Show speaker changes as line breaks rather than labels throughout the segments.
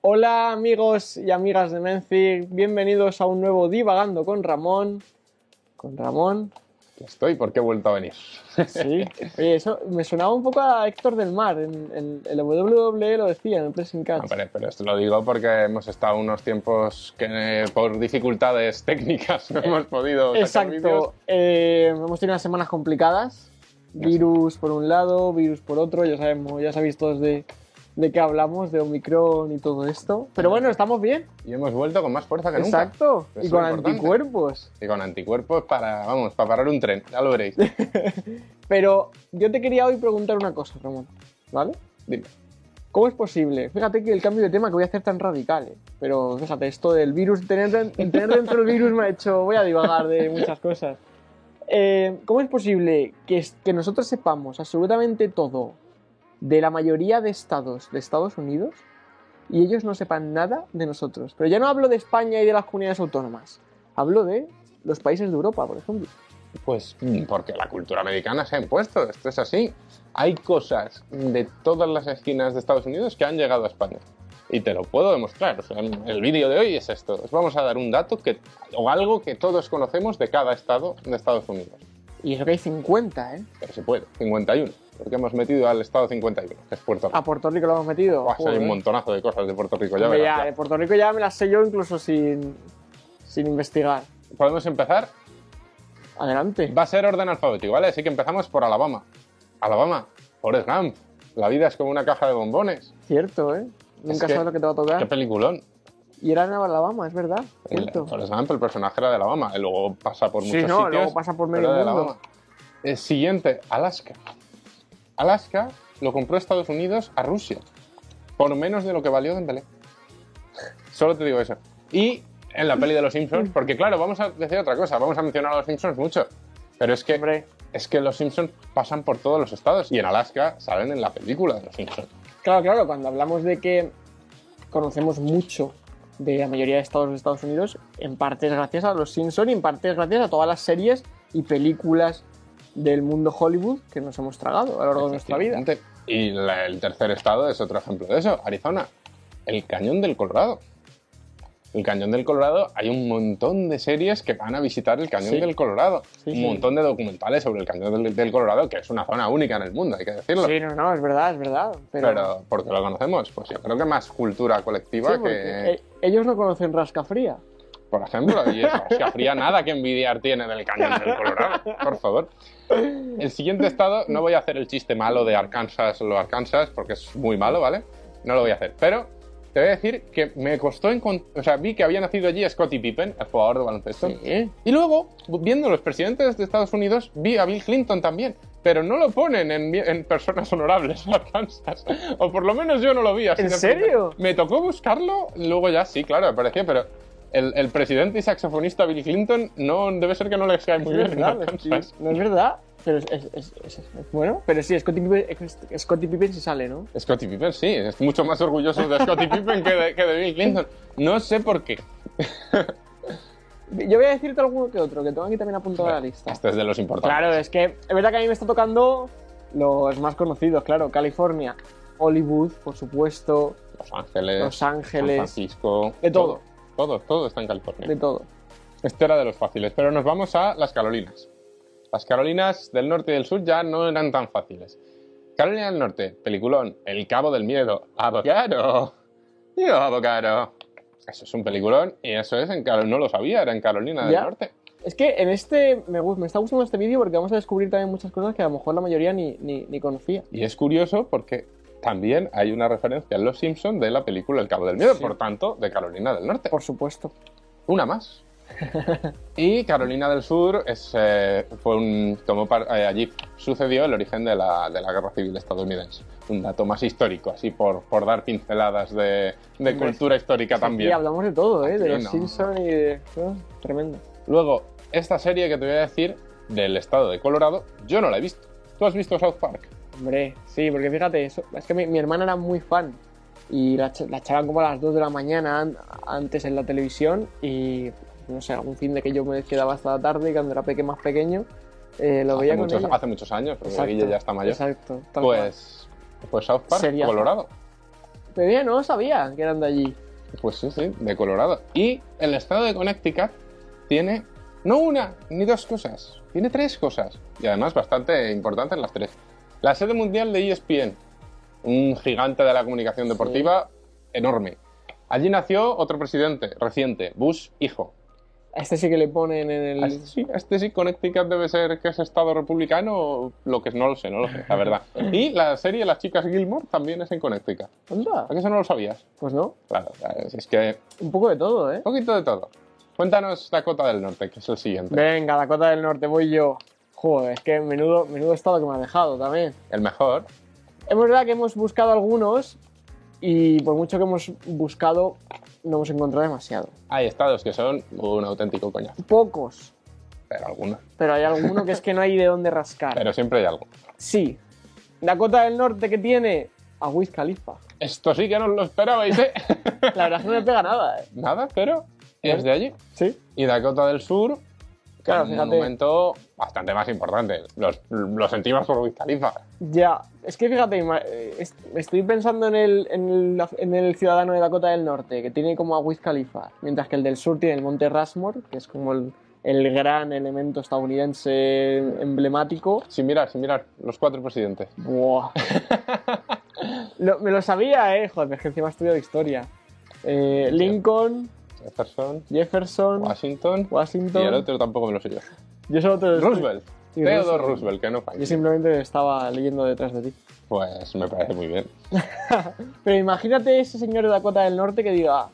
Hola amigos y amigas de Menzic, bienvenidos a un nuevo Divagando con Ramón. Con Ramón,
Estoy porque he vuelto a venir.
sí. Oye, eso me sonaba un poco a Héctor del Mar, en, en el WWE E lo decía, en el Pressing Catch.
Hombre, pero esto lo digo porque hemos estado unos tiempos que eh, por dificultades técnicas no hemos podido sacar vídeos.
Eh, Exacto, eh, hemos tenido unas semanas complicadas.
Ya
Virus por un lado, virus por otro, ya sabemos, ya sabéis todos de, de qué hablamos, de Omicron y todo esto. Pero bueno, estamos bien.
Y hemos vuelto con más fuerza que nunca.
Exacto.
Eso
Y
es
con
importante.
anticuerpos.
Y con anticuerpos para, vamos, para parar un tren. Ya lo veréis.
Pero yo te quería hoy preguntar una cosa, Ramón. ¿Vale?
Dime.
¿Cómo es posible? Fíjate que el cambio de tema que voy a hacer tan radical, ¿eh? pero fíjate, esto del virus, tener, den- tener dentro el virus me ha hecho, voy a divagar de muchas cosas. Eh, ¿Cómo es posible que, es- que nosotros sepamos absolutamente todo de la mayoría de estados de Estados Unidos y ellos no sepan nada de nosotros? Pero ya no hablo de España y de las comunidades autónomas, hablo de los países de Europa, por ejemplo.
Pues mm, porque la cultura americana se ha impuesto, esto es así. Hay cosas de todas las esquinas de Estados Unidos que han llegado a España. Y te lo puedo demostrar. O sea, el vídeo de hoy es esto. Os vamos a dar un dato que, o algo que todos conocemos de cada estado de Estados Unidos.
Y eso que hay 50, ¿eh?
Pero se puede, 51. Porque hemos metido al estado 51, que es Puerto Rico.
A Puerto Rico lo hemos metido.
Buah, sale
Ah,
un
Joder.
montonazo de cosas de Puerto Rico, Pues ya
Hombre,
verás,
ya,
ya.
de Puerto Rico ya me las sé yo incluso sin, sin investigar.
Podemos empezar.
Adelante.
Va a ser orden alfabético, ¿vale? Así que empezamos por Alabama. Alabama, Forrest Gump. La vida es como una caja de bombones.
Cierto, ¿eh? Nunca
que-
sabes lo que te va a
Qué
tocar.
peliculón.
Y era en Alabama, es verdad.
El,
Cierto.
por ejemplo, el personaje era de Alabama. y Luego pasa por
Sí,
muchos
no,
sitios.
luego pasa por
pero
medio
era de
mundo.
Alabama. El siguiente, Alaska. Alaska lo compró Estados Unidos a Rusia. Por menos de lo que valió Dembélé. Solo te digo eso. Y en la peli de los Simpsons, porque claro, vamos a decir otra cosa. Vamos a mencionar a los Simpsons mucho. Pero es que,
Hombre,
es que los Simpsons pasan por todos los estados. Y en Alaska salen en la película de los Simpsons.
claro, claro, cuando hablamos de que conocemos mucho de la mayoría de estados de Estados Unidos, en parte es gracias a los Simpson y en parte es gracias a todas las series y películas del mundo Hollywood que nos hemos tragado a lo largo de nuestra vida.
Efectivamente. Y la- el tercer estado es otro ejemplo de eso, Arizona. El cañón del Colorado. El cañón del Colorado, hay un montón de series que van a visitar el cañón
Sí.
del Colorado.
Sí,
un
sí.
montón de documentales sobre el cañón del, del Colorado, que es una zona única en el mundo, hay que decirlo.
Sí, no, no, es verdad, es verdad.
pero... porque lo conocemos, pues yo creo que más cultura colectiva
Sí, porque,
que,
eh, ellos no conocen Rasca Fría.
por ejemplo, y eso, es que habría nada que envidiar tiene del cañón del Colorado, por favor. El siguiente estado, no voy a hacer el chiste malo de Arkansas, lo Arkansas, porque es muy malo, ¿vale? No lo voy a hacer, pero te voy a decir que me costó encontrar, o sea, vi que había nacido allí Scottie Pippen, el jugador de baloncesto, y luego, viendo los presidentes de Estados Unidos, vi a Bill Clinton también. Pero no lo ponen en, en personas honorables Arkansas. O por lo menos yo no lo vi. Así
¿En
de repente.
serio?
Me tocó buscarlo. Luego ya sí, claro, apareció. Pero el, el presidente y saxofonista Bill Clinton no debe ser que no les cae muy
Es
bien en
verdad,
Arkansas.
sí, No es verdad, pero es, es- es- es- es bueno. Pero sí, Scottie Pippen, es- Scottie Pippen sí sale, ¿no?
Scottie Pippen, sí. Es mucho más orgulloso de Scottie Pippen que de, que de Bill Clinton. No sé por qué.
Yo voy a decirte alguno que otro, que tengo aquí también apuntado a la lista.
Este es de los importantes.
Claro, es que es verdad que a mí me está tocando los más conocidos, claro. California, Hollywood, por supuesto,
Los Ángeles,
Los
San
Ángeles,
Francisco.
De todo.
Todo, todo, todo está en California.
de todo.
Este era de los fáciles, pero nos vamos a las Carolinas. Las Carolinas del norte y del sur ya no eran tan fáciles. Carolina del Norte, peliculón, El Cabo del Miedo, Avocado. Digo, Avocado. Eso es un peliculón y eso es en Carolina, no lo sabía, era en Carolina del
Ya.
Norte.
Es que en este me, gu- me está gustando este vídeo porque vamos a descubrir también muchas cosas que a lo mejor la mayoría ni, ni, ni conocía.
Y es curioso porque también hay una referencia en Los Simpsons de la película El Cabo del Miedo,
Sí.
por tanto, de Carolina del Norte.
Por supuesto.
Una más. Y Carolina del Sur es, eh, fue un, tomó par- eh, allí sucedió el origen de la, de la guerra civil estadounidense. Un dato más histórico, así por, por dar pinceladas de, de
Hombre,
cultura histórica
Y
también.
hablamos de todo, ¿eh? De
Aquí
los
no.
Simpsons y de... ¿no? Tremendo.
Luego, esta serie que te voy a decir del estado de Colorado, yo no la he visto. ¿Tú has visto South Park?
Hombre, sí, porque fíjate, eso, es que mi, mi hermana era muy fan y la, echa- la echaban como a las 2 de la mañana an- antes en la televisión y no sé, algún fin de que yo me quedaba hasta la tarde y cuando era peque, más pequeño eh, lo
Hace
veía con
muchos,
ella.
hace muchos años, porque
Exacto,
Guille ya está mayor.
Exacto. tal cual.
Pues, pues South Park,
Seriazo.
Colorado.
Pero ella no sabía que eran de allí.
Pues sí, sí, de Colorado. Y el estado de Connecticut tiene no una ni dos cosas, tiene tres cosas. Y además bastante importantes las tres. La sede mundial de E ESPN, un gigante de la comunicación deportiva enorme. Allí nació otro presidente reciente, Bush hijo.
A este sí que le ponen en
A
el.
Este sí, a este sí, Connecticut debe ser que es estado republicano, o lo que es, no lo sé, no lo sé, la verdad. Y la serie Las chicas Gilmore también es en Connecticut.
Anda,
¿A que eso no lo sabías?
Pues no.
Claro, es que
Un poco de todo, ¿eh?
un poquito de todo. Cuéntanos Dakota del Norte, que es el siguiente.
Venga, Dakota del Norte, voy yo. Joder, es que menudo, menudo estado que me ha dejado también.
El mejor.
Es verdad que hemos buscado algunos y por mucho que hemos buscado, no hemos encontrado demasiado.
Hay estados que son un auténtico coñazo,
Pocos,
pero algunos.
pero hay alguno que es que no hay de dónde rascar.
Pero siempre hay algo.
Sí. Dakota del Norte que tiene a Wiz Khalifa.
Esto sí que no os lo esperabais, ¿eh?
La verdad es que no me pega nada, ¿eh?
Nada, pero es de allí.
Sí.
Y Dakota del Sur,
Claro,
claro,
fíjate.
un momento bastante más importante. Los, los sentimos por Wiz Khalifa.
Ya. Es que fíjate, ma- eh, est- estoy pensando en el, en, el, en el ciudadano de Dakota del Norte, que tiene como a Wiz Khalifa, mientras que el del sur tiene el Monte Rushmore, que es como el, el gran elemento estadounidense emblemático.
Sin mirar, sin mirar, los cuatro presidentes.
Buah. Lo- me lo sabía, eh. Joder, es que encima estudio de historia. Eh, Lincoln,
Jefferson,
Jefferson,
Washington,
Washington.
y el otro tampoco me lo sé yo.
Yo solo te lo estoy-
Roosevelt.
Y
Theodore
Roosevelt.
Roosevelt, que no falla.
Yo simplemente estaba leyendo detrás de ti.
Pues me parece muy bien.
Pero imagínate ese señor de Dakota del Norte que diga, "Ah,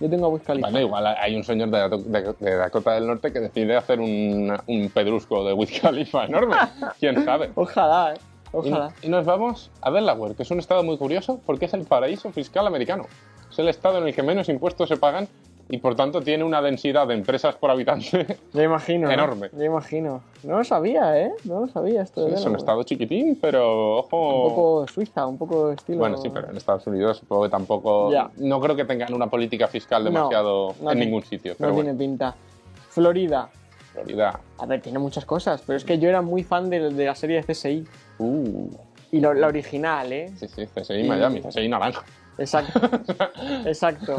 yo tengo a Wiz Khalifa".
Bueno, igual hay un señor de, Dato- de- de Dakota del Norte que decide hacer un, un pedrusco de Wiz Khalifa enorme. ¿Quién sabe?
Ojalá, eh.
Y,
Ojalá.
y nos vamos a Delaware, que es un estado muy curioso porque es el paraíso fiscal americano. Es el estado en el que menos impuestos se pagan y por tanto tiene una densidad de empresas por habitante.
Yo imagino. ¿no?
Enorme.
Yo imagino. No lo sabía, eh. No lo sabía esto. de
es un
Delaware.
estado chiquitín, pero
Un
ojo.
poco Suiza, un poco estilo.
Bueno, sí, pero en Estados Unidos supongo que tampoco.
Ya.
No creo que tengan una política fiscal
No,
demasiado
no
en
tiene-
ningún sitio.
No
Pero bueno,
tiene pinta. Florida.
Florida.
A ver, tiene muchas cosas, pero es que yo era muy fan de, de la serie de CSI.
Uh,
Y lo- la original, ¿eh?
sí, sí, CSI Miami, CSI Naranja.
Exacto. Exacto.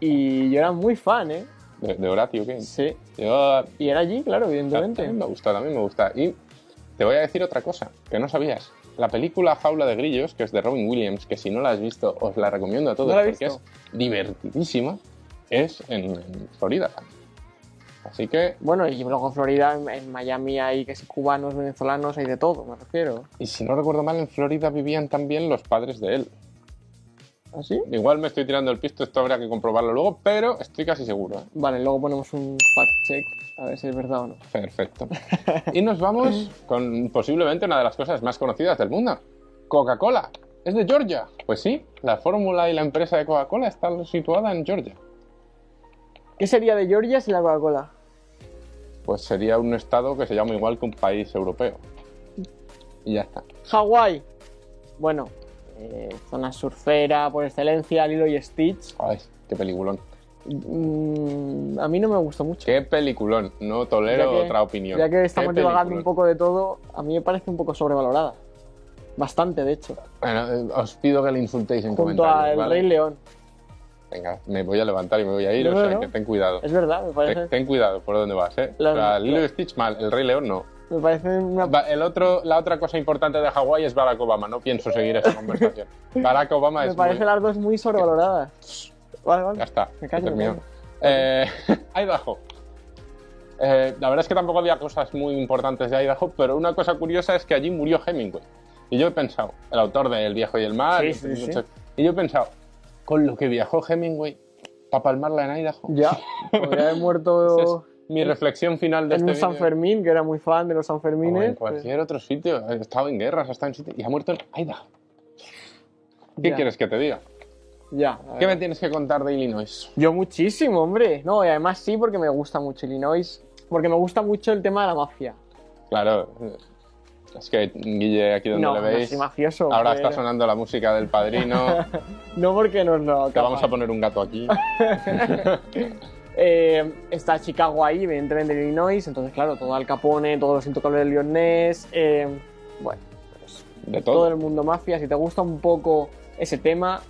Y yo era muy fan, ¿eh?
De, de Horatio Kane.
Sí.
Yo
Y era allí, claro, evidentemente.
también me gusta, también me gusta. Y te voy a decir otra cosa que no sabías. La película Jaula de Grillos, que es de Robin Williams, que si no la has visto, os la recomiendo a todos
No la he
porque
visto.
es divertidísima, es en, en Florida. Así que,
Bueno, y luego Florida, en, en Miami hay que si cubanos, venezolanos, hay de todo, me refiero.
y si no recuerdo mal, en Florida vivían también los padres de él.
¿Así?
Igual me estoy tirando el pisto, esto habrá que comprobarlo luego, pero estoy casi seguro. ¿eh?
Vale, luego ponemos un fact check a ver si es verdad o no.
Perfecto. Y nos vamos con posiblemente una de las cosas más conocidas del mundo. Coca-Cola. Es de Georgia. Pues sí, la fórmula y la empresa de Coca-Cola está situada en Georgia.
¿Qué sería de Georgia sin la Coca-Cola?
Pues sería un estado que se llama igual que un país europeo. Y ya está.
Hawái. Bueno, eh, zona surfera por excelencia, Lilo y Stitch.
Ay, qué peliculón.
Mm, a mí no me gustó mucho.
Qué peliculón. No tolero
Ya que-
otra opinión.
Ya que
Qué
estamos divagando
peliculón.
un poco de todo, a mí me parece un poco sobrevalorada. Bastante, de hecho.
Bueno, eh, os pido que le insultéis en
Junto
comentarios.
al
¿vale?
Rey León.
Venga, me voy a levantar y me voy a ir.
No,
o sea,
no, no.
que ten cuidado.
Es verdad, me
Ten,
parece,
ten cuidado por dónde vas, ¿eh?
La-
o sea, Lilo y Stitch mal, el Rey León no.
me parece una
eh. Va, el otro, la otra cosa importante de Hawái es Barack Obama. No pienso seguir esa conversación. Barack Obama
Me
es.
parecen
muy-
las dos muy sobrevaloradas. Vale,
Ya
vale.
está.
Me callo,
he terminado.
me callo.
Eh, Idaho. Eh, la verdad es que tampoco había cosas muy importantes de Idaho, pero una cosa curiosa es que allí murió Hemingway. Y yo he pensado, el autor de El Viejo y el Mar.
Sí, sí,
y,
sí.
muchas- y yo he pensado, con lo que viajó Hemingway para palmarla en Idaho.
Ya. Podría haber muerto
Esa es mi reflexión final de
en
este
un San eh,
vídeo.
Fermín, que era muy fan de los San
O
Fermines. pues
en cualquier otro sitio. Ha estado en guerras, ha estado en sitio. Y ha muerto en Idaho.
pues,
¿Qué
ya,
quieres que te diga?
Ya.
¿Qué me tienes que contar de Illinois?
Yo muchísimo, hombre. No, y además sí, porque me gusta mucho Illinois. Porque me gusta mucho el tema de la mafia.
Claro, es que Guille, aquí donde
No,
le
no
veis,
soy mafioso.
ahora
pero-
está sonando la música del padrino.
No porque nos lo
Te vamos a
acaban.
poner un gato aquí.
Eh, está Chicago ahí, evidentemente en Illinois. Entonces, claro, todo Al Capone, todos los intocables del Lyonés. eh, bueno, pues
De
todo
todo.
el mundo mafia. Si te gusta un poco ese tema,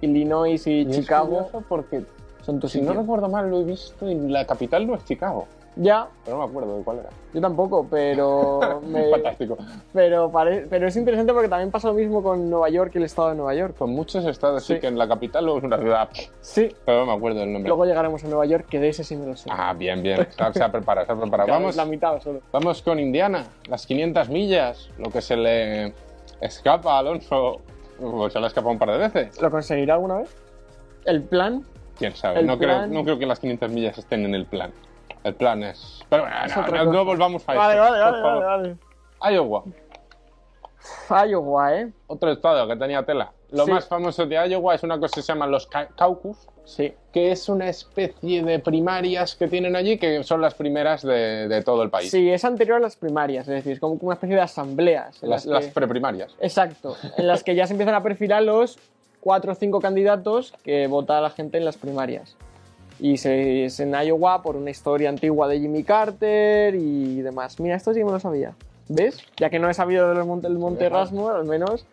Illinois y,
Y es
Chicago
curioso
porque son tus
Si no
sitios.
recuerdo mal, lo he visto en la capital no es Chicago,
Ya,
pero no me acuerdo de cuál era.
yo tampoco, pero me-
Fantástico.
pero, pare- pero es interesante porque también pasa lo mismo con Nueva York y el estado de Nueva York.
Con Pues muchos estados sí.
Sí.
que en la capital luego es una ciudad,
Sí,
pero no me acuerdo del nombre.
luego llegaremos a Nueva York, que de ese sí me lo sé.
Ah, bien, bien. Está- Se ha preparado, se ha preparado.
Claro,
Vamos,
La mitad solo.
vamos con Indiana, las 500 millas, lo que se le escapa a Alonso. o se le ha escapado un par de veces.
¿Lo conseguirá alguna vez? ¿El plan?
Quién sabe.
El
No creo,
plan-
no creo que las 500 millas estén en el plan. El plan es. Pero bueno,
Es
no,
otra
no-
cosa.
no volvamos a eso.
Vale, vale,
por
vale,
favor.
vale, vale.
Iowa,
Pff, Iowa, ¿eh?
otro estado que tenía tela. Lo
Sí.
más famoso de Iowa es una cosa que se llama los ca- caucus,
Sí.
que es una especie de primarias que tienen allí, que son las primeras de, de todo el país.
Sí, es anterior a las primarias, es decir, es como una especie de asambleas. en
Las,
las
las
que-
preprimarias.
Exacto, en las que ya se empiezan a perfilar los cuatro o cinco candidatos que vota la gente en las primarias. Y se, es en Iowa por una historia antigua de Jimmy Carter y demás. Mira, esto sí que me lo sabía. ¿Ves? Ya que no he sabido del monte, del monte
Ajá.
Rasmus, al menos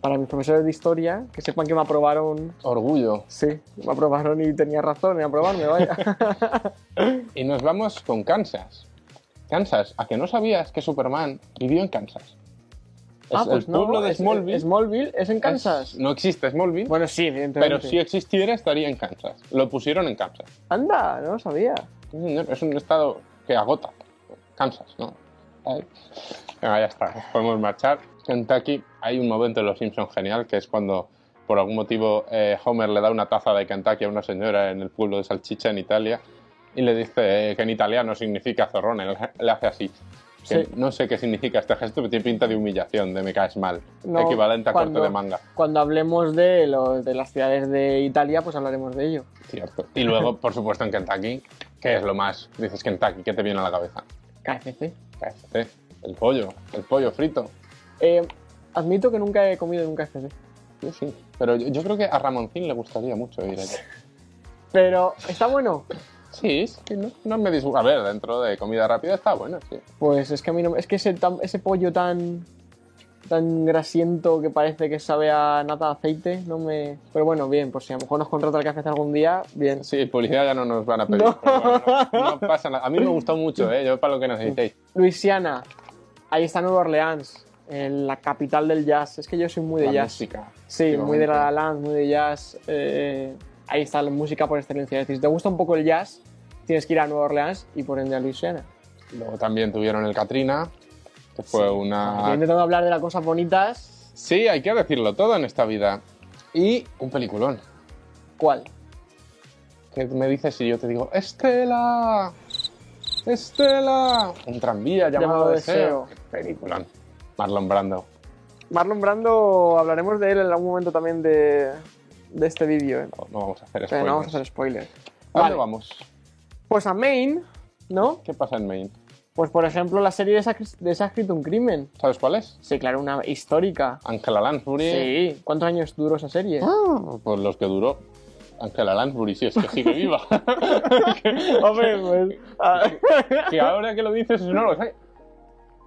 para mis profesores de historia, que sepan que me aprobaron.
Orgullo.
Sí, me aprobaron y tenía razón en aprobarme, vaya.
Y nos vamos con Kansas. Kansas, ¿a que no sabías que Superman vivió en Kansas?
Ah,
Es
pues
el
no,
pueblo de
es-
Smallville.
es- Smallville es en Kansas.
Es- no existe Smallville,
Bueno, sí, evidentemente.
pero si existiera estaría en Kansas. Lo pusieron en Kansas.
Anda, no lo sabía.
Sí, señor, Es un estado que agota. Kansas, ¿no? Ahí. Venga, ya está, nos podemos marchar. Kentucky, hay un momento en Los Simpsons genial que es cuando por algún motivo eh, Homer le da una taza de Kentucky a una señora en el pueblo de Salchicha en Italia y le dice eh, que en italiano significa zorrón, él le hace así. Que
Sí.
No sé qué significa este gesto, pero tiene pinta de humillación, de me caes mal,
No,
equivalente a corte
cuando-
de manga.
Cuando hablemos de, lo- de las ciudades de Italia, pues hablaremos de ello.
Cierto. Y luego, por supuesto, en Kentucky, ¿qué es lo más? Dices Kentucky, ¿qué te viene a la cabeza?
KFC.
KFC, el pollo, el pollo frito.
Eh, admito que nunca he comido en un KFC.
Yo sí. Pero yo, yo creo que a Ramoncín le gustaría mucho ir allá.
Pero, ¿está bueno?
Sí, sí, no, no me disgusta. A ver, dentro de comida rápida está bueno, sí.
Pues es que a mí no me- Es que ese, tan- ese pollo tan. tan grasiento que parece que sabe a nata de aceite, no me. Pero bueno, bien, pues si a lo mejor nos contrata el KFC algún día, bien.
Sí, publicidad ya no nos van a pedir.
No.
pero bueno, no, no pasa nada. A mí me gustó mucho, ¿eh? Yo para lo que necesitéis.
Luisiana, ahí está Nueva Orleans, en la capital del jazz. Es que yo soy muy de
La
jazz.
música.
Sí, muy de
últimamente.
la la land, muy de jazz. eh, ahí está la música por excelencia. Es decir, si te gusta un poco el jazz, tienes que ir a Nueva Orleans y por ende a Luisiana.
Luego también tuvieron el Katrina, que fue
Estoy
una...
intentando hablar de las cosas bonitas.
Sí, hay que decirlo todo en esta vida. Y un peliculón.
¿Cuál?
¿Qué me dices si yo te digo, Estela? Estela, un tranvía llamado,
Llamado
Deseo.
Deseo.
Qué Peliculón. Marlon Brando.
Marlon Brando, hablaremos de él en algún momento también de, de este vídeo. ¿eh?
No, no vamos a hacer
Pero
spoilers.
no vamos a hacer spoilers.
¿A dónde
Vale.
vamos?
Pues a Maine, ¿no?
¿Qué pasa en Maine?
Pues por ejemplo, la serie de Se ha cri- de Se ha escrito un crimen.
¿Sabes cuál es?
Sí, claro, una histórica.
Angela Lansbury.
Sí. ¿Cuántos años duró esa serie?
Ah, Pues los que duró. Angela Lansbury, si es que sigue viva.
Hombre, pues, ah.
que ahora que lo dices no lo sé.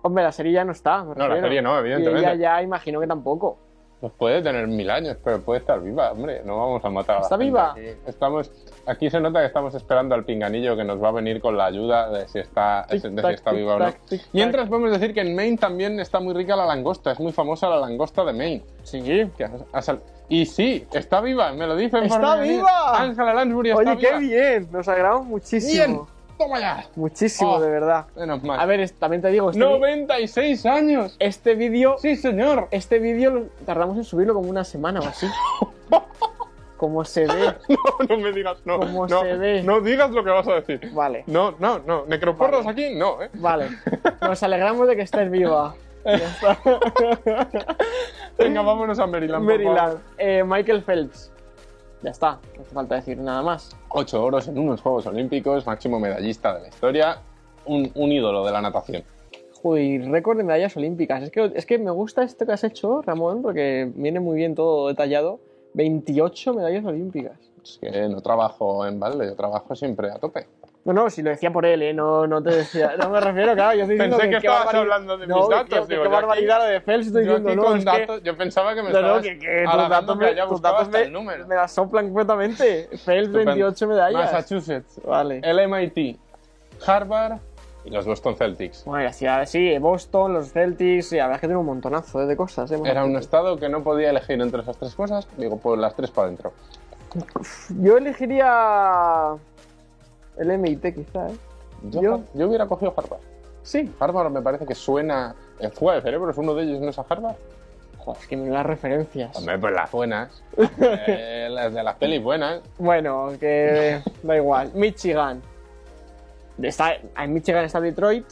Hombre, la serie ya no está. me
No, la
refiero.
serie no, evidentemente.
Y ella ya imagino que tampoco.
Pues puede tener mil años, pero puede estar viva, hombre. No vamos a matar a la
¿Está
gente
viva?
aquí. Estamos, aquí se nota que estamos esperando al pinganillo que nos va a venir con la ayuda de si está, de si
Tic-tac,
está viva o no.
tic-tac, tic-tac.
Y entras, podemos decir que en Maine también está muy rica la langosta. Es muy famosa la langosta de Maine.
Sí.
Que ha- ha sal- Y sí, está viva, me lo dicen. por
¡Está
mail.
viva!
Ángela Lansbury está
Oye, qué
viva.
bien. Nos agradamos muchísimo.
Bien. ¡Toma ya!
Muchísimo,
Oh.
de verdad.
Menos
A
mal.
ver, es- también te digo, este, vi-
¡96 años!
este vídeo
¡Sí, señor!
este vídeo lo- tardamos en subirlo como una semana o así. como se ve.
No, no me digas, no.
¿Cómo
no,
se ve?
no digas lo que vas a decir.
Vale,
No, no, no. Necroporros aquí, no, ¿eh?
vale. Nos alegramos de que estés viva.
Venga, vámonos a Maryland. por favor.
Maryland. Eh, Michael Phelps. Ya está, no hace falta decir nada más.
Ocho oros en unos Juegos Olímpicos, máximo medallista de la historia, un, un ídolo de la natación.
Joder, récord de medallas olímpicas. Es que, es que me gusta esto que has hecho, Ramón, porque viene muy bien todo detallado. 28 medallas olímpicas.
Es que no trabajo en balde, yo trabajo siempre a tope.
No, no, si lo decía por él, ¿eh? no, no te decía. No me refiero, claro, yo estoy diciendo
Pensé que
qué
estabas
barbaridad-
hablando de
No,
mis
que-
datos,
que
digo,
qué
yo aquí-
barbaridad lo de Fels, estoy
Yo
diciendo,
aquí
no,
con
es que-
datos, yo pensaba que me
No,
estabas
no, que, que tus
halagando
datos,
que
me,
haya
tus
buscado
datos
hasta
me-
el número.
me la soplan completamente. Fels,
Estupendo. Eh.
28 medallas.
Massachusetts,
Vale.
LMIT, Harvard y los Boston Celtics.
Bueno, y así, a ver, sí, Boston, los Celtics, sí, la verdad es que tiene un montonazo eh, de cosas. eh,
Era un estado que no podía elegir entre esas tres cosas. Digo, pues las tres para adentro.
Yo elegiría el MIT, quizá, ¿eh?
Yo,
Yo-
yo hubiera cogido Harvard.
Sí.
Harvard me parece que suena. eh, En fuga de cerebros, uno de ellos no es a Harvard.
Joder, es que me las referencias.
Hombre, pues las buenas. Eh, las de las pelis buenas.
Bueno, que da igual. Michigan. Está, en Michigan está Detroit.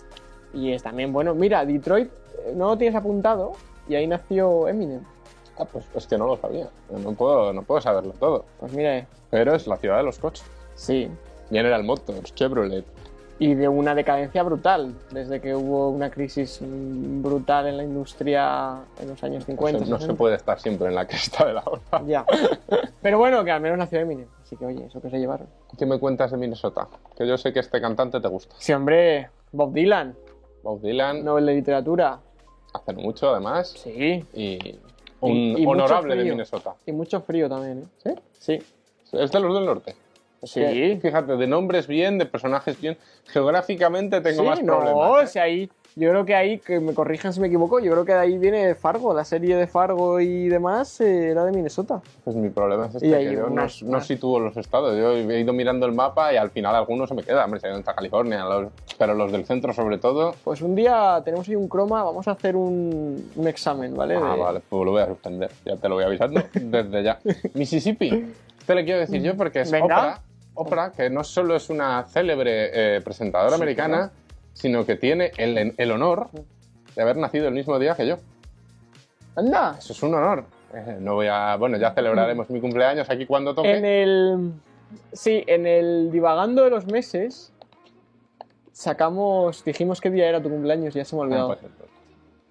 Y es también, bueno, mira, Detroit eh, no lo tienes apuntado. Y ahí nació Eminem.
Ah, pues, pues que no lo sabía. No puedo, no puedo saberlo todo.
Pues mira, eh,
Pero es la ciudad de los coches.
sí.
General Motors, Chevrolet.
Y de una decadencia brutal. Desde que hubo una crisis mm, brutal en la industria en los años 50.
no se
60.
puede estar siempre en la cresta de la ola.
Ya. Pero bueno, que al menos nació Eminem. Así que oye, eso que se llevaron.
¿Qué me cuentas de Minnesota? Que yo sé que este cantante te gusta.
Sí, hombre, Bob Dylan,
Bob Dylan,
Nobel de Literatura.
hace no mucho además.
Sí.
Y un
Y- y mucho
honorable de
frío.
Minnesota.
Y mucho frío también, ¿eh?
¿Sí?
Sí.
Es de los del norte. Es
Sí.
que, Fíjate, de nombres bien, de personajes bien. Geográficamente tengo
Sí,
más
no,
problemas. ¿eh?
si ahí, yo creo que ahí, que me corrijan si me equivoco, yo creo que de ahí viene Fargo, la serie de Fargo y demás eh, era de Minnesota.
Pues mi problema es este,
Y hay
que yo no,
unas-
no sitúo los estados. Yo he ido mirando el mapa y al final algunos se me quedan. Hombre, se quedan hasta California, los- pero los del centro sobre todo.
Pues un día tenemos ahí un croma, vamos a hacer un, un examen, ¿vale?
Ah,
De-
vale, pues lo voy a suspender. Ya te lo voy avisando desde ya. Mississippi, te lo quiero decir yo porque es
Venga.
Oprah, Oprah, que no solo es una célebre eh, presentadora
Sí,
americana, sino que tiene el, el honor de haber nacido el mismo día que yo.
Anda,
Eso es un honor. Eh, No voy a. Bueno, ya celebraremos mi cumpleaños aquí cuando toque.
en el... Sí, en el divagando de los meses sacamos, dijimos qué día era tu cumpleaños, ya se me ha
Ah,
olvidado.
pues entonces.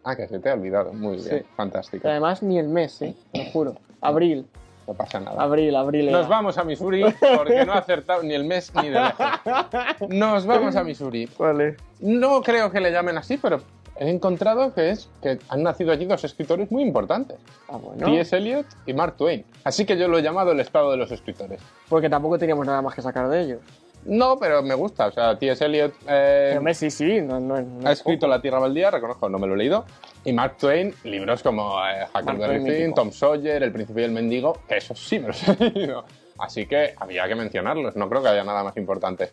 Ah, que se te ha olvidado. Muy bien,
Sí.
fantástico.
Que además ni el mes, ¿eh? Te lo juro. Abril,
No pasa nada.
abril, abril.
Nos
era.
vamos a Missouri porque no ha acertado ni el mes ni de lejos. Nos vamos a Missouri.
Vale.
No creo que le llamen así, pero he encontrado que es que han nacido allí dos escritores muy importantes,
Ah, bueno.
T.S. Eliot y Mark Twain. Así que yo lo he llamado el estado de los escritores.
Porque tampoco teníamos nada más que sacar de ellos.
No, pero me gusta. O sea, T.S. Eliot eh,
Pero hombre, sí, sí, no, no, no- Oh,
ha escrito La Tierra Baldía, reconozco, no me lo he leído. Y Mark Twain, libros como eh,
Mark
Huckleberry
Twain
Finn,
mítico.
Tom Sawyer, El Príncipe y el Mendigo, que esos sí me los he leído. Así que había que mencionarlos. No creo que haya nada más importante.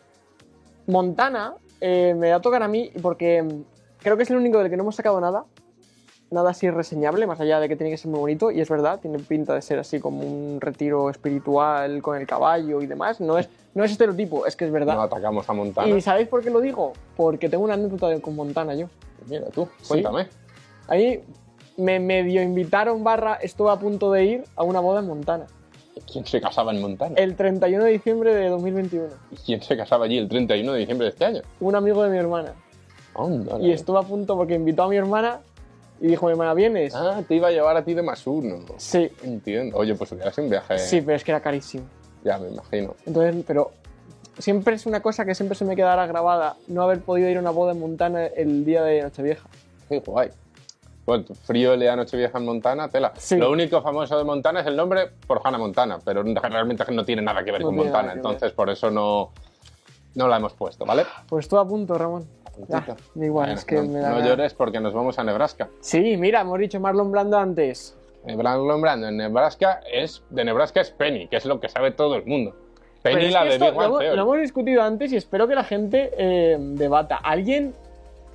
Montana eh, me va a tocar a mí porque mm, creo que es el único del que no hemos sacado nada. Nada así reseñable, más allá de que tiene que ser muy bonito. Y es verdad, tiene pinta de ser así como un retiro espiritual con el caballo y demás. No es, no es estereotipo, es que es
No
verdad.
atacamos a Montana.
¿Y sabéis por qué lo digo? Porque tengo una anécdota de- con Montana yo.
Mira tú, cuéntame.
Ahí me medio invitaron barra, estuve a punto de ir a una boda en Montana.
¿Quién se casaba en Montana?
El 31 de diciembre de 2021.
¿Y quién se casaba allí el 31 de diciembre de este año?
Un amigo de mi hermana.
Ándale.
Y estuve a punto porque invitó a mi hermana y dijo, mi hermana, ¿vienes?
Ah, te iba a llevar a ti de más uno.
Sí,
Entiendo. Oye, pues hubiera sido un viaje.
sí, pero es que era carísimo.
Ya me imagino.
Entonces, pero siempre es una cosa que siempre se me quedará grabada, no haber podido ir a una boda en Montana el día de Nochevieja.
Qué guay. Bueno, frío le da Nochevieja en Montana, tela.
Sí.
Lo único famoso de Montana es el nombre por Hannah Montana, pero realmente no tiene nada que ver
No
con
tiene
Montana,
nada que ver.
entonces por eso no, no la hemos puesto, ¿vale?
Pues estuve a punto, Ramón.
Puntito.
Ah, da igual,
Bueno,
es que
no,
me da...
no llores porque nos vamos a Nebraska.
Sí, mira, hemos dicho Marlon Brando antes.
Eh, Marlon Brando en Nebraska es, de Nebraska es Penny, que es lo que sabe todo el mundo.
Pero
Penny
es
la
que
de
esto
Big Bang
lo, hemos-
Theory.
lo hemos discutido antes y espero que la gente eh, debata. ¿Alguien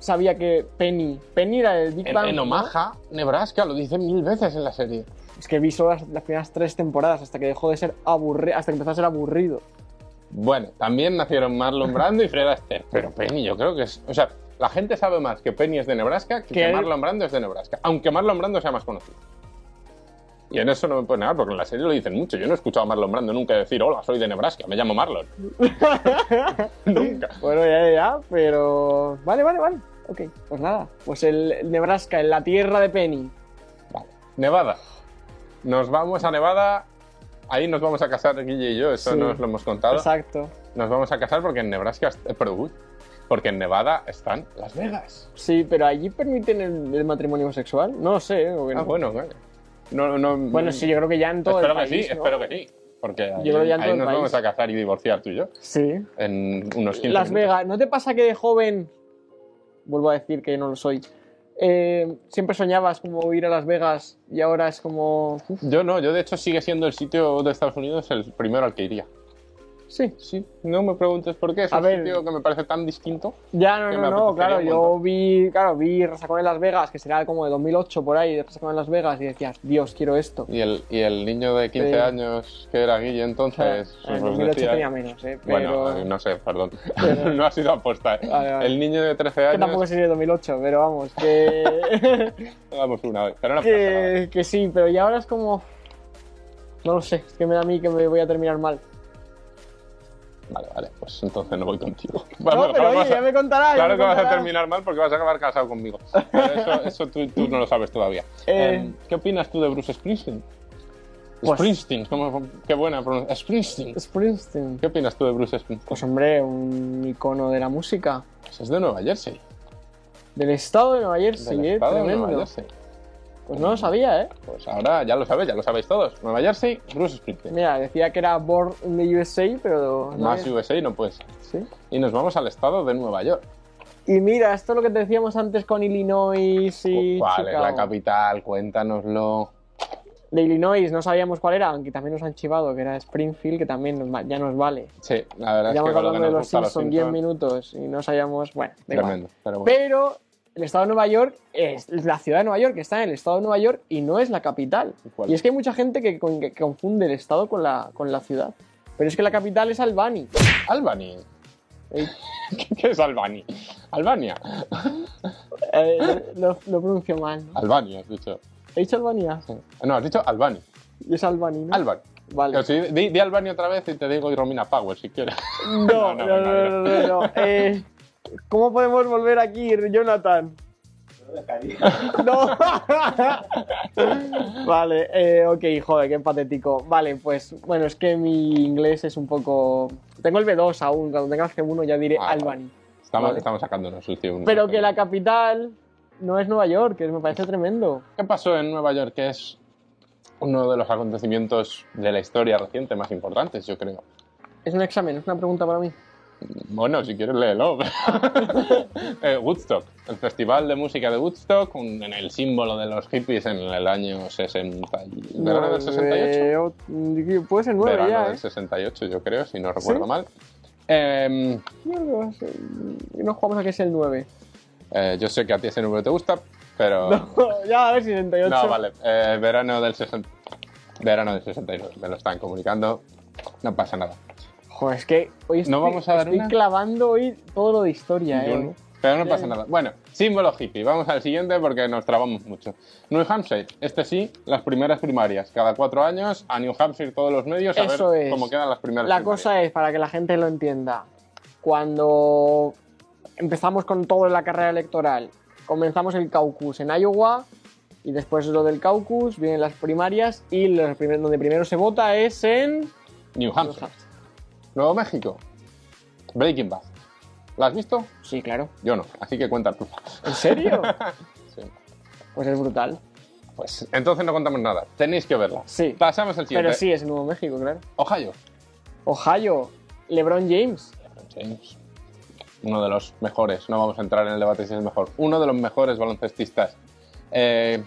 sabía que Penny, Penny era del Big
En,
Bang?
en
¿no?
Omaha, Nebraska, lo dicen mil veces en la serie.
Es que vi solo las, las primeras tres temporadas hasta que dejó de ser aburrido, hasta que empezó a ser aburrido.
Bueno, también nacieron Marlon Brando y Fred Astaire, pero Penny yo creo que es... O sea, la gente sabe más que Penny es de Nebraska que,
Que
que
él-
Marlon Brando es de Nebraska, aunque Marlon Brando sea más conocido. Y en eso no me puedo negar, porque en la serie lo dicen mucho. Yo no he escuchado a Marlon Brando nunca decir, hola, soy de Nebraska, me llamo Marlon. nunca.
Bueno, ya, ya, pero. Vale, vale, vale. Ok, pues nada. Pues el, el Nebraska, en la tierra de Penny.
Vale. Nevada. Nos vamos a Nevada. Ahí nos vamos a casar Guille y yo, eso
Sí.
no os lo hemos contado.
Exacto.
nos vamos a casar porque en Nebraska, eh, perdón, porque en Nevada están Las Vegas.
Sí, pero allí permiten el, el matrimonio sexual. No lo sé. ¿eh? Porque
Ah,
no-
bueno, vale. No, no,
Bueno, sí, yo creo que ya en todo
espero
el
que
país.
sí,
¿no?
espero que sí. Porque ahí,
creo que ya en
ahí
todo el
nos
país.
vamos a casar y divorciar tú y yo
Sí.
en unos 15
Las
minutos.
Vegas, ¿no te pasa que de joven, vuelvo a decir que no lo soy, eh, siempre soñabas como ir a Las Vegas y ahora es como... uf,
Yo no, yo de hecho sigue siendo el sitio de Estados Unidos el primero al que iría.
sí,
Sí, no me preguntes por qué, es
A
un
ver.
sitio que me parece tan distinto.
ya no,
Que
no,
me
no,
apetecería
claro,
un
yo
montón.
vi, claro, vi Resacón en Las Vegas, que será como de 2008 por ahí, Resacón en Las Vegas y decías, Dios, quiero esto.
Y el, y el niño de 15
Sí. Ah,
años que era Guille entonces,
en
pues,
2008
decía-
tenía menos, eh, pero...
Bueno, no sé, perdón.
Pero-
no ha sido apuesta. ¿eh?
Vale, vale.
El niño de 13
que tampoco
años.
sería de 2008, pero vamos, que...
Vamos una vez. Pero no pasa nada.
que, que sí, pero ya ahora es como... No lo sé, es que me da a mí que me voy a terminar mal.
Vale, vale, pues entonces no voy contigo.
no, pero oye, ya me contarás. ya
Claro
me
que vas a
contarás.
terminar mal porque vas a acabar casado conmigo. Pero eso eso tú, tú no lo sabes todavía.
Eh,
Em, ¿Qué opinas tú de Bruce Springsteen?
Pues-
Springsteen, ¿cómo- qué buena pronunciación. Springsteen.
Springsteen.
¿Qué opinas tú de Bruce Springsteen? Pues
Pues hombre, un icono de la música.
Es de Nueva Jersey.
Del estado de Nueva Jersey,
Del
eh,
estado de
tremendo.
Nueva Jersey.
pues no lo sabía, ¿eh?
Pues ahora ya lo sabes, ya lo sabéis todos. Nueva Jersey, Bruce Springsteen.
Mira, decía que era Born in the USA, pero... no
Más
es.
USA no puede ser.
Sí.
Y nos vamos al estado de Nueva York.
Y mira, esto es lo que te decíamos antes con Illinois y
¿Cuál es la
Chicago.
capital? Cuéntanoslo.
De Illinois no sabíamos cuál era, aunque también nos han chivado, que era Springfield, que también nos va- ya nos vale.
Sí, la verdad
Llevamos
es que con lo que
hablando de
nos
los
gusta a los
Simpsons 10
Simpsons,
minutos y no sabíamos... Bueno, da igual.
tremendo. Pero bueno.
Pero el estado de Nueva York es la ciudad de Nueva York, que está en el estado de Nueva York y no es la capital.
¿Y cuál?
Y es que hay mucha gente que, con- que confunde el estado con la, con la ciudad. Pero es que la capital es Albany.
Albany.
Eh,
¿Qué es Albany? Albania.
eh, lo, lo pronuncio mal. ¿no?
Albania, has dicho. Eh,
¿He dicho Albania?
No, has dicho Albany.
Y es Albany, ¿no?
Albany.
Vale.
Pero si- di, di Albania otra vez y te digo y Romina Power si quieres.
No, no, no,
no, venga,
no, no, no, no. Eh, ¿Cómo podemos volver aquí, Jonathan? No. vale, eh, ok, joder, qué patético. Vale, pues bueno, es que mi inglés es un poco... Tengo el B2 aún, cuando tenga el C1 ya diré
Ah,
Albany.
Estamos,
Vale.
estamos sacándonos el tío.
Pero que la capital no es Nueva York, que me parece tremendo.
¿Qué pasó en Nueva York? Que es uno de los acontecimientos de la historia reciente más importantes, yo creo.
Es un examen, es una pregunta para mí.
Bueno, si quieres léelo. Eh, Woodstock, el festival de música de Woodstock, un- en el símbolo de los hippies en el año 60, y- verano del 68.
Eh, o- Puede ser nueve
Verano
ya,
del
¿eh?
68, yo creo, si no recuerdo
¿Sí?
mal. Em,
No, Mm, no jugamos a que es el 9.
eh, yo sé que a ti ese número te gusta, pero...
ya, a ver, 68.
Ah. No, vale. eh, verano del 60. Verano del 62. Me lo están comunicando. No pasa nada.
Joder, es que hoy estoy,
¿No vamos a dar
estoy
una?
clavando hoy todo lo de historia,
Yo
¿eh?
no- Pero no
Ya,
pasa
ya.
nada. Bueno, símbolo hippie. Vamos al siguiente porque nos trabamos mucho. New Hampshire. Este sí, las primeras primarias. Cada cuatro años a New Hampshire todos los medios a
Eso
ver
es.
cómo quedan las primeras
La
primarias.
cosa es, para que la gente lo entienda, cuando empezamos con todo en la carrera electoral, comenzamos el caucus en Iowa y después lo del caucus, vienen las primarias y los primer- donde primero se vota es en...
New Hampshire. Nuevo México. Breaking Bad. ¿La has visto?
Sí, claro.
Yo no. Así que cuenta tú.
¿En serio?
Sí.
Pues es brutal.
Pues entonces no contamos nada. Tenéis que verla.
Sí.
Pasamos al siguiente.
Pero sí, es en Nuevo México, claro.
Ohio.
Ohio, LeBron James.
James. Uno de los mejores, no vamos a entrar en el debate si es el mejor. Uno de los mejores baloncestistas. Eh,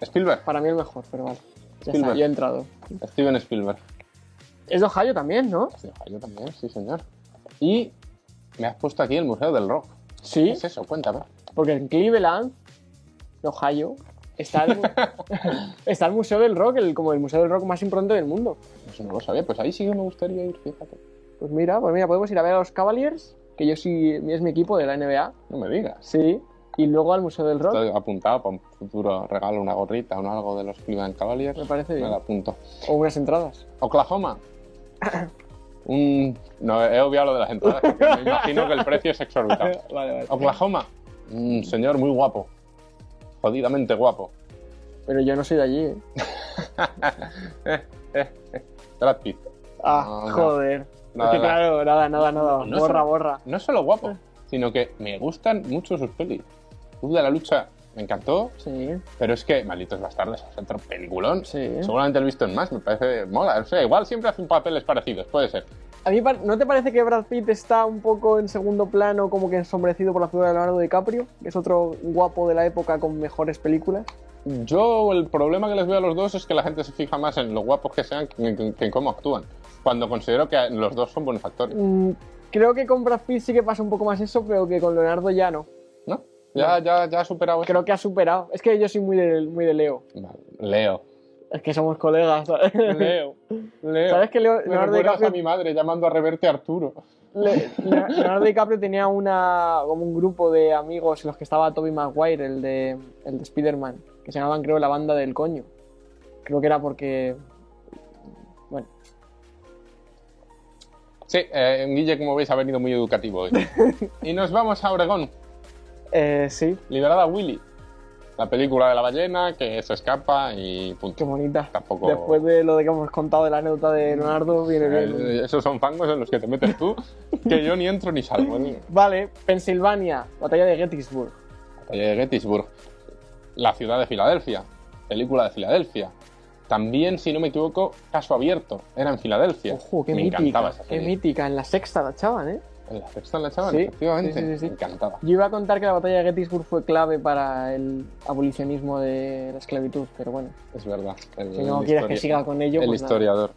Spielberg,
Para mí el mejor, pero vale. Ya está,
Spielberg.
yo he entrado.
Steven Spielberg.
Es de Ohio también, ¿no?
Sí, Yo también, sí, señor. Y me has puesto aquí el Museo del Rock. ¿Qué
Sí,
es eso? Cuéntame.
porque en Cleveland, Ohio, está el, mu- está el Museo del Rock, el- como el Museo del Rock más importante del mundo.
Eso no lo sabía, pues ahí sí que me gustaría ir, fíjate.
Pues mira, pues mira, podemos ir a ver a los Cavaliers, que yo sí, es mi equipo de la NBA,
No me digas.
sí, y luego al Museo del Rock,
Estoy apuntado para un futuro regalo, una gorrita o algo de los Cleveland Cavaliers.
me parece
Me
bien.
la apunto.
O unas entradas.
Oklahoma. Un... No, he obviado lo de las entradas. porque Me imagino que el precio es exorbitante.
vale.
Oklahoma. Un señor muy guapo. Jodidamente guapo.
Pero yo no soy de allí, ¿eh?
Brad Pitt.
Ah,
No, no.
joder. es
Nada,
que
nada.
claro, nada, nada, nada.
No
borra,
sé.
borra.
No es solo guapo, sino que me gustan mucho sus pelis. Club de la lucha me encantó,
Sí,
pero es que Malditos Bastardos es otro peliculón.
sí.
Seguramente lo he visto en más, me parece mola. O sea, igual siempre hacen papeles parecidos, puede ser.
A mí, par- ¿no te parece que Brad Pitt está un poco en segundo plano, como que ensombrecido por la figura de Leonardo DiCaprio? Que es otro guapo de la época con mejores películas.
Yo el problema que les veo a los dos es que la gente se fija más en lo guapos que sean que en, que en cómo actúan. Cuando considero que los dos son buenos actores,
Mm, creo que con Brad Pitt sí que pasa un poco más eso, pero que con Leonardo ya no.
¿no? Ya, ya, ya ha superado eso.
Creo que ha superado. Es que yo soy muy de, muy de Leo.
Vale, Leo.
Es que somos colegas. ¿sabes?
Leo. Leo.
¿Sabes que Leo-
Me
Leonardo
recuerdas
DiCaprio
a mi madre llamando a reverte a Arturo.
Le- Le- Leonardo DiCaprio tenía una, como un grupo de amigos en los que estaba Toby Maguire, el de, el de Spider-Man, que se llamaban, creo, la banda del coño. Creo que era porque. Bueno,
Sí, eh, Guille, como veis, ha venido muy educativo hoy. y nos vamos a Oregón.
eh, sí,
Liberada Willy. La película de la ballena que se escapa y
qué
punto.
bonita.
Tampoco.
Después de lo de que hemos contado de la anécdota de Leonardo, viene bien.
Eh, Esos son fangos en los que te metes tú, que yo ni entro ni salgo. ni-
Vale, Pensilvania, batalla de Gettysburg.
Batalla de Gettysburg. La ciudad de Filadelfia. Película de Filadelfia. También, si no me equivoco, Caso Abierto. Era en Filadelfia.
Ojo, qué
me encantaba
mítica.
esa
Qué
serie.
mítica, en la sexta la echaban, ¿eh?
En la sexta la echaban,
Sí,
efectivamente.
sí, sí, sí, sí.
Me encantaba.
Yo iba a contar que la batalla de Gettysburg fue clave para el abolicionismo de la esclavitud, pero bueno,
Es verdad. El-
si no
el
quieres que
histori-
siga con ello,
El
pues nada.
historiador.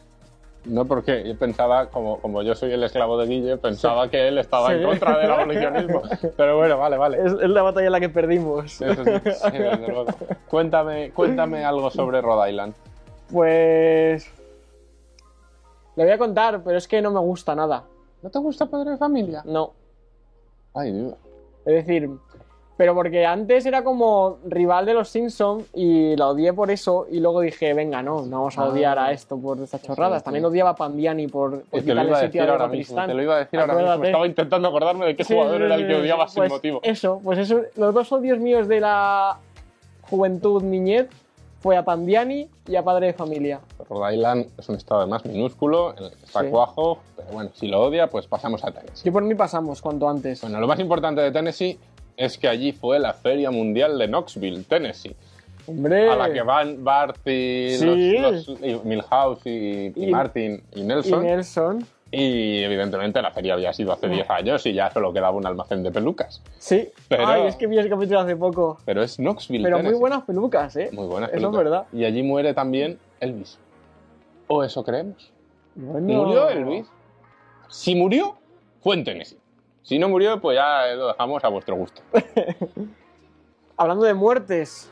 No porque yo pensaba, como, como yo soy el esclavo de Guille, pensaba que él estaba
Sí.
en contra del abolicionismo. Pero bueno, vale, vale.
Es, es la batalla en la que perdimos.
Eso sí, sí, desde luego. Cuéntame, cuéntame algo sobre Rhode Island.
Pues. Le voy a contar, pero es que no me gusta nada.
¿No te gusta Padre de Familia?
No.
Ay, Dios.
Es decir, pero porque antes era como rival de los Simpsons y la odié por eso. Y luego dije, venga, no, no vamos a
Ah.
odiar a esto por estas chorradas.
sí.
También odiaba a Pandiani por, por
Te lo,
quitarle
iba a
sitio
decir
a
ahora mismo,
Tristán.
te lo iba a decir ahora mismo.
Acuérdate.
Estaba intentando acordarme de qué
Sí,
jugador
sí,
era
sí,
el que
sí,
odiaba
sí.
sin
Pues
motivo.
Eso, pues eso, los dos odios míos de la juventud, niñez, fue a Pandiani y a Padre de Familia.
Rhode Island es un estado además minúsculo, en el que está
Sí.
cuajo, pero bueno, si lo odia, pues pasamos a Tennessee.
Yo por mí pasamos cuanto antes.
Bueno, lo más importante de Tennessee es que allí fue la Feria Mundial de Knoxville, Tennessee,
Hombre.
a la que van Barty,
Sí.
los, los- y Milhouse y, y
Y-
Martin y
Y
Nelson. Y,
Nelson.
evidentemente la feria había sido hace 10 años y ya solo quedaba un almacén de pelucas.
Sí.
Pero-
Ay, es que vi ese capítulo hace poco.
Pero es Knoxville,
Pero muy
Tennessee.
buenas pelucas, ¿eh?
Muy buena.
Eso es verdad.
Y allí muere también Elvis. O eso creemos.
Bueno.
¿Murió Elvis? Si murió, fue en Tennessee. Si no murió, pues ya lo dejamos a vuestro gusto.
Hablando de muertes.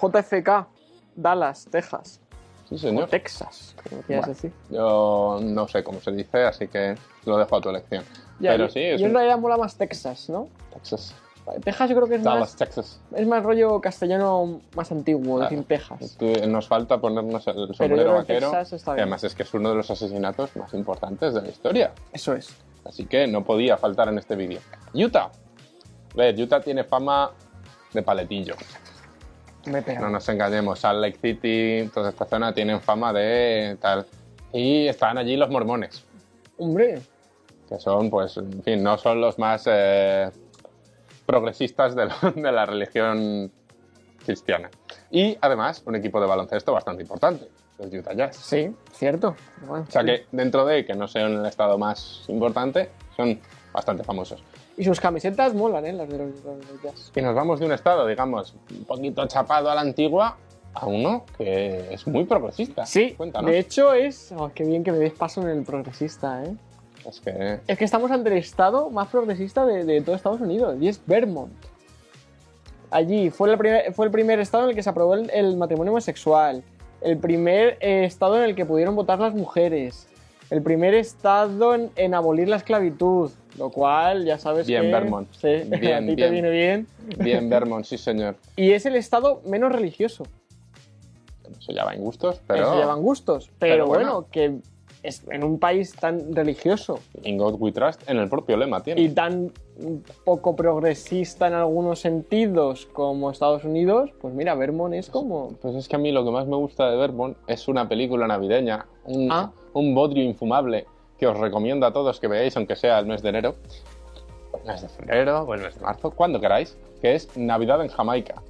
JFK. Dallas, Texas.
Sí,
O
señor.
Texas, como quieras
Bueno,
decir.
Yo no sé cómo se dice, así que lo dejo a tu elección.
Ya,
Pero
y-
sí, es
y en
un-
realidad mola más Texas, ¿no?
Texas.
Texas yo creo que es
Dallas,
más,
Texas.
es más rollo castellano más antiguo,
Claro.
decir Texas.
Tú- Nos falta ponernos el
Pero yo
sombrero
creo que
vaquero.
Texas está
que
bien.
Además es que es uno de los asesinatos más importantes de la historia.
Eso es.
Así que no podía faltar en este vídeo. Utah. Ver, Utah tiene fama de paletillo.
Me pega.
No nos engañemos, Salt Lake City, toda esta zona tienen fama de tal. Y están allí los mormones,
Hombre,
que son, pues, en fin, no son los más eh, progresistas de, la- de la religión cristiana. Y además, un equipo de baloncesto bastante importante, los Utah Jazz.
sí, cierto. Bueno,
O sea
sí.
que, dentro de que no sean el estado más importante, son bastante famosos.
Y sus camisetas molan, ¿eh? Las de los, los- los jazz.
Y nos vamos de un estado, digamos, un poquito chapado a la antigua, a uno que es muy progresista.
Sí,
Cuéntanos.
de hecho es... Oh, qué bien que me des paso en el progresista, ¿eh?
Es que
Es que estamos ante el estado más progresista de, de todo Estados Unidos, y es Vermont. Allí fue, la primer- fue el primer estado en el que se aprobó el, el matrimonio homosexual, el primer eh, estado en el que pudieron votar las mujeres, el primer estado en, en abolir la esclavitud, lo cual ya sabes
Bien,
que
Vermont.
sí, a
Bien,
ti te
bien.
viene bien.
Bien, Vermont, sí, señor.
Y es el estado menos religioso,
Eso ya va en gustos, pero.
se llevan gustos, pero,
pero
bueno,
bueno.
que es en un país tan religioso
In God We Trust en el propio lema tiene.
y tan poco progresista en algunos sentidos como Estados Unidos, pues mira, Vermont es como...
Pues es que a mí lo que más me gusta de Vermont es una película navideña, un,
Ah.
un bodrio infumable que os recomiendo a todos que veáis, aunque sea el mes de enero, el mes de febrero o el mes de marzo, cuando queráis, que es Navidad en Jamaica.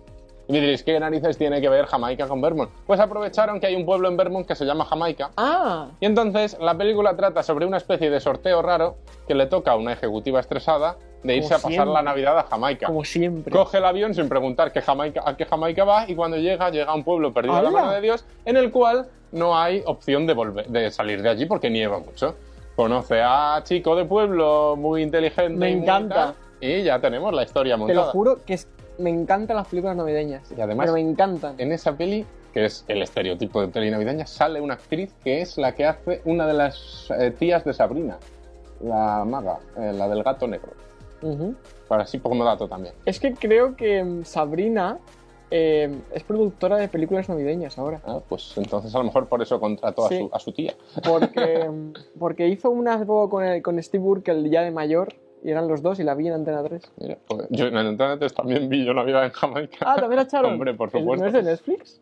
Y me diréis, ¿qué narices tiene que ver Jamaica con Vermont? Pues aprovecharon que hay un pueblo en Vermont que se llama Jamaica.
Ah,
Y entonces la película trata sobre una especie de sorteo raro que le toca a una ejecutiva estresada de irse a pasar
siempre.
la Navidad a Jamaica.
como siempre.
Coge el avión sin preguntar qué Jamaica, a qué Jamaica va y cuando llega, llega a un pueblo perdido a la
¡Hala!
mano de Dios en el cual no hay opción de, volver, de salir de allí porque nieva mucho. Conoce a chico de pueblo muy inteligente.
Me
y muy
encanta.
tal, y ya tenemos la historia
Te lo
montada.
juro que es- me encantan las películas navideñas.
Y además-
Pero me encantan.
En esa peli, que es el estereotipo de peli navideña, sale una actriz que es la que hace una de las eh, tías de Sabrina, la maga, eh, la del gato negro.
Ujú.
Para así como dato también.
Es que creo que mm, Sabrina eh, es productora de películas navideñas ahora.
Ah, pues entonces a lo mejor por eso contrató
Sí.
a, su, a su tía.
Porque, mm, porque hizo una hace poco con, el- con Steve Burke, el ya de mayor, y eran los dos, y la vi en Antena 3.
Mira, pues, yo en el internet también vi yo Navidad en Jamaica.
Ah, también la echaron.
Hombre, por
¿El-
supuesto.
¿No es de Netflix?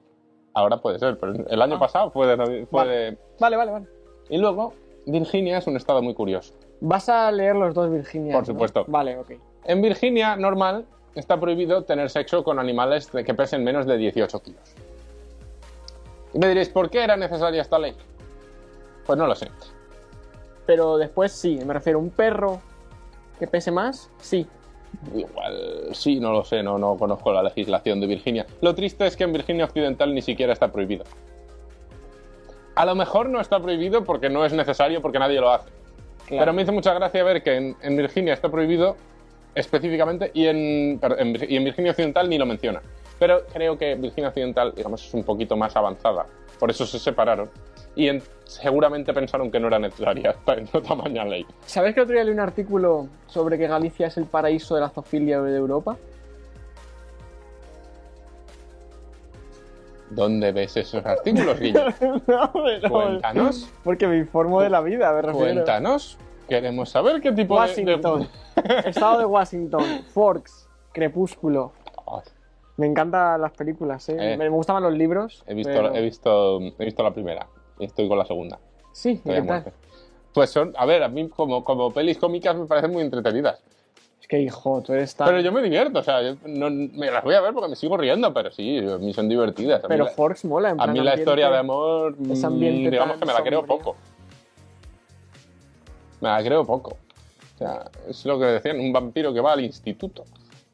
Ahora puede ser, pero el año
Ah.
pasado fue de, Navi- fue
Vale.
de-
Vale, vale, vale.
Y luego, Virginia es un estado muy curioso.
Vas a leer los dos, Virginia.
Por
¿no?
supuesto.
Vale, ok.
En Virginia, normal, está prohibido tener sexo con animales de- que pesen menos de 18 kilos. Y me diréis, ¿por qué era necesaria esta ley? Pues no lo sé.
Pero después sí, me refiero a un perro que pese más, sí.
Igual, sí, no lo sé, no, no conozco la legislación de Virginia. Lo triste es que en Virginia Occidental ni siquiera está prohibido. A lo mejor no está prohibido porque no es necesario, porque nadie lo hace. Pero me hizo mucha gracia ver que en, en Virginia está prohibido específicamente y en, perdón, en Vir- y en Virginia Occidental ni lo menciona. Pero creo que Virginia Occidental, digamos, es un poquito más avanzada. Por eso se separaron. Y en- seguramente pensaron que no era necesaria esta en tamaña ley.
¿Sabes que el otro día leí un artículo sobre que Galicia es el paraíso de la zoofilia de Europa?
¿Dónde ves esos artículos, Guillo?
no, pero-
Cuéntanos.
Porque me informo de la vida, me refiero.
Cuéntanos. Queremos saber qué tipo de- de...
Washington. Estado de Washington. Forks. Crepúsculo.
Ay,
Me encantan las películas, ¿eh?
Eh.
Me gustaban los libros.
he, visto,
pero-
he, visto, he visto la primera. y Estoy con la segunda.
Sí, ¿y
Estoy a
¿qué tal?
muerte. Pues son, a ver, a mí como, como pelis cómicas me parecen muy entretenidas.
Es que, hijo, tú eres tan...
Pero yo me divierto, o sea, yo no, me las voy a ver porque me sigo riendo, pero sí, a mí son divertidas. A mí
Pero
la-
Forks mola, en
a
plan
mí la
ambiente.
historia de amor,
ese
mm,
ambiente
digamos
tan
que me la creo
sombrío.
poco. Me la creo poco. O sea, es lo que decían, un vampiro que va al instituto,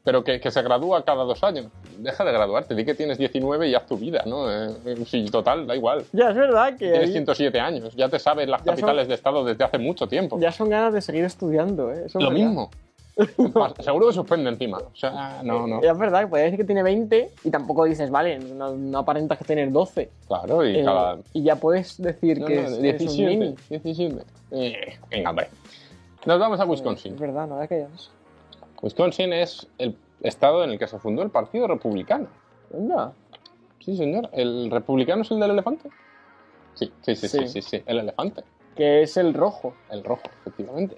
pero que, que se gradúa cada dos años. Deja de graduarte, di que tienes 19 y haz tu vida, ¿no? Eh, sí, total, da igual.
Ya, es verdad que
Tienes
ahí
107 años, ya te sabes las
Ya son-
capitales de estado desde hace mucho tiempo.
ya son ganas de seguir estudiando, ¿eh? Eso es
Lo
verdad.
mismo. Pa- Seguro que suspende encima. O sea, no, no.
Y Es verdad, que podría decir que tiene 20 y tampoco dices, vale, no, no aparentas que tener 12.
Claro, y
Eh,
cada.
y ya puedes decir
No,
que
no,
es, eres un
17.
mini.
17. Eh, venga, hombre. Nos vamos a Wisconsin.
Es verdad, no había caído en eso.
Wisconsin es el estado en el que se fundó el Partido Republicano.
Anda.
Sí, señor. ¿El republicano es el del elefante? Sí, sí, sí, sí,
Sí.
sí, sí, el elefante.
Que es el rojo.
El rojo, efectivamente.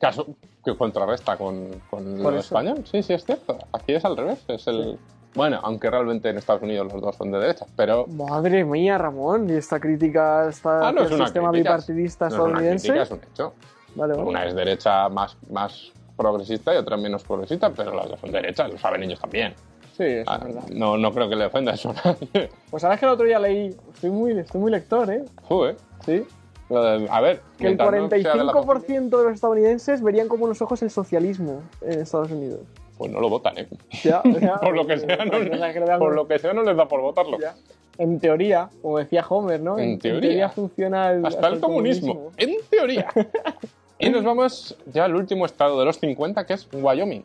Caso que contrarresta con, con
Por
lo
eso.
español. Sí, sí, es cierto. Aquí es al revés. Es el...
Sí.
Bueno, aunque realmente en Estados Unidos los dos son de derecha, pero
Madre mía, Ramón, y esta crítica está
Ah, no es una
sistema
crítica,
bipartidista
no es una
estadounidense.
crítica, es un hecho.
Vale, vale.
Una es derecha más, más progresista y otra menos progresista, pero las dos son derechas, lo saben ellos también.
Sí, es
Ah,
verdad.
no, no creo que le ofenda eso a nadie.
Pues sabes que el otro día leí, estoy muy, estoy muy lector, ¿eh?
Ujú, ¿eh?
Sí.
Lo de- A ver,
Que el
mientras no sea de la familia,
45% de los estadounidenses verían con buenos ojos el socialismo en Estados Unidos.
pues no lo votan, ¿eh?
Ya, ya.
Por lo que sea, no,
O sea, que lo vean
por
con-
lo que sea, no les da por votarlo.
Ya. En teoría, como decía Homer, ¿no?
En teoría.
funciona el,
Hasta el comunismo, en teoría. y nos vamos ya al último estado de los 50, que es Wyoming.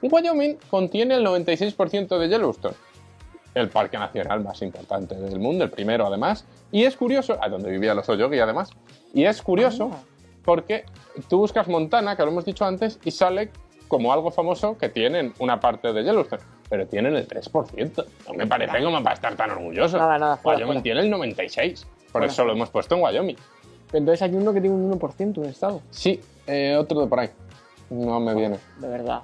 Y Wyoming contiene el 96% de Yellowstone, el parque nacional más importante del mundo, el primero además. Y es curioso, a donde vivía los Oyogi además. Y es curioso
Ah.
porque tú buscas Montana, que lo hemos dicho antes, y sale como algo famoso que tienen una parte de Yellowstone, pero tienen el 3%. No me parece como para estar tan orgulloso.
Nada, nada, fuera, fuera.
Wyoming tiene el 96%. Por
Fuera.
eso lo hemos puesto en Wyoming.
Entonces hay uno que tiene un 1% de estado.
Sí, eh, otro de por ahí. No me viene.
De verdad.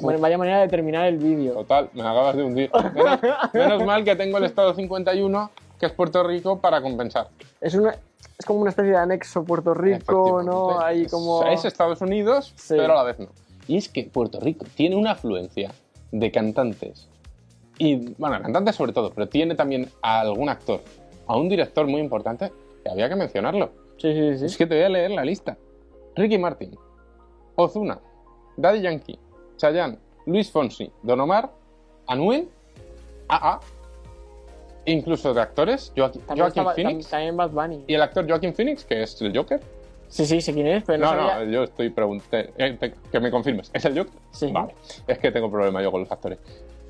Bueno, vaya manera de terminar el vídeo.
Total, me acabas de hundir. Menos, menos mal que tengo el estado 51, que es Puerto Rico, para compensar.
Es una. es como una especie de anexo Puerto Rico, ¿no?
Efectivamente.
Ahí como...
Es Estados Unidos,
Sí.
pero a la vez no. Y es que Puerto Rico tiene una afluencia de cantantes. Y, bueno, cantantes sobre todo, pero tiene también a algún actor, a un director muy importante, que había que mencionarlo.
Sí, sí, sí.
Es que te voy a leer la lista. Ricky Martin, Ozuna, Daddy Yankee, Chayanne, Luis Fonsi, Don Omar, Anuel, AA, e incluso de actores, Joaqu- Joaquin,
También, estaba-
Phoenix.
tam- también Bad Bunny.
Y el actor Joaquin Phoenix, que es el Joker.
Sí, sí, sé quién es, pero no,
No, no,
sabía-
yo estoy preguntando. que me confirmes. ¿Es el Joker?
Sí.
Vale. Es que tengo problema yo con los actores.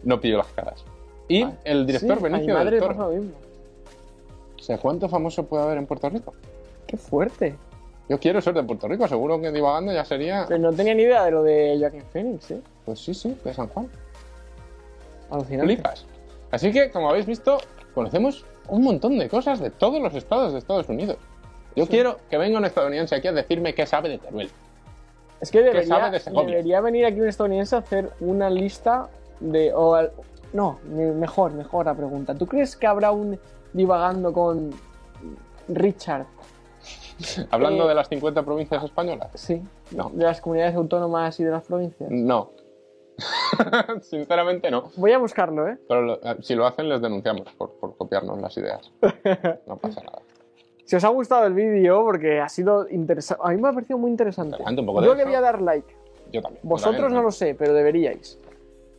No pillo las caras. Y
Vale.
el director
Sí,
Benicio
a mi madre
del
le pasa
Toro.
lo mismo.
O sea, ¿cuánto famoso puede haber en Puerto Rico?
Qué fuerte.
Yo quiero ser de Puerto Rico, seguro que divagando ya sería.
Pero no tenía ni idea de lo de Joaquin Phoenix, ¿eh?
Pues sí, sí, de San Juan.
Alucinante.
Flipas. Así que, como habéis visto, conocemos un montón de cosas de todos los estados de Estados Unidos. Yo quiero que venga un estadounidense aquí a decirme qué sabe de Teruel.
Es que
sabe
debería,
de Segovia.
debería venir aquí un estadounidense a hacer una lista de. o al- no, me- mejor, mejor la pregunta. ¿Tú crees que habrá un divagando con Richard?
Hablando
Eh,
de las 50 provincias españolas.
Sí.
No.
De las comunidades autónomas y de las provincias.
No. Sinceramente no.
Voy a buscarlo, ¿eh?
Pero lo- eh, si lo hacen, les denunciamos por, por copiarnos las ideas. No pasa nada.
Si os ha gustado el vídeo, porque ha sido interesante. A mí me ha parecido muy interesante.
Interesante, un poco de
Yo
eso.
le voy a dar like.
Yo también. yo
Vosotros
también.
no lo sé, pero deberíais.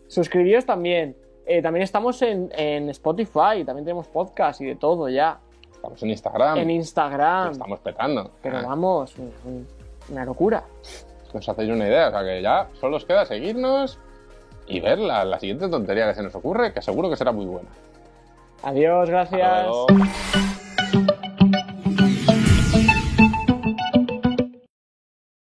Suscribiros también. Eh, también estamos en, en Spotify, también tenemos podcast y de todo ya.
Estamos en Instagram.
en Instagram.
lo Estamos petando.
Pero
Ah,
vamos, un- un- una locura.
Os hacéis una idea. O sea que ya solo os queda seguirnos y ver la, la siguiente tontería que se nos ocurre, que seguro que será muy buena.
Adiós,
Hasta
gracias.
luego.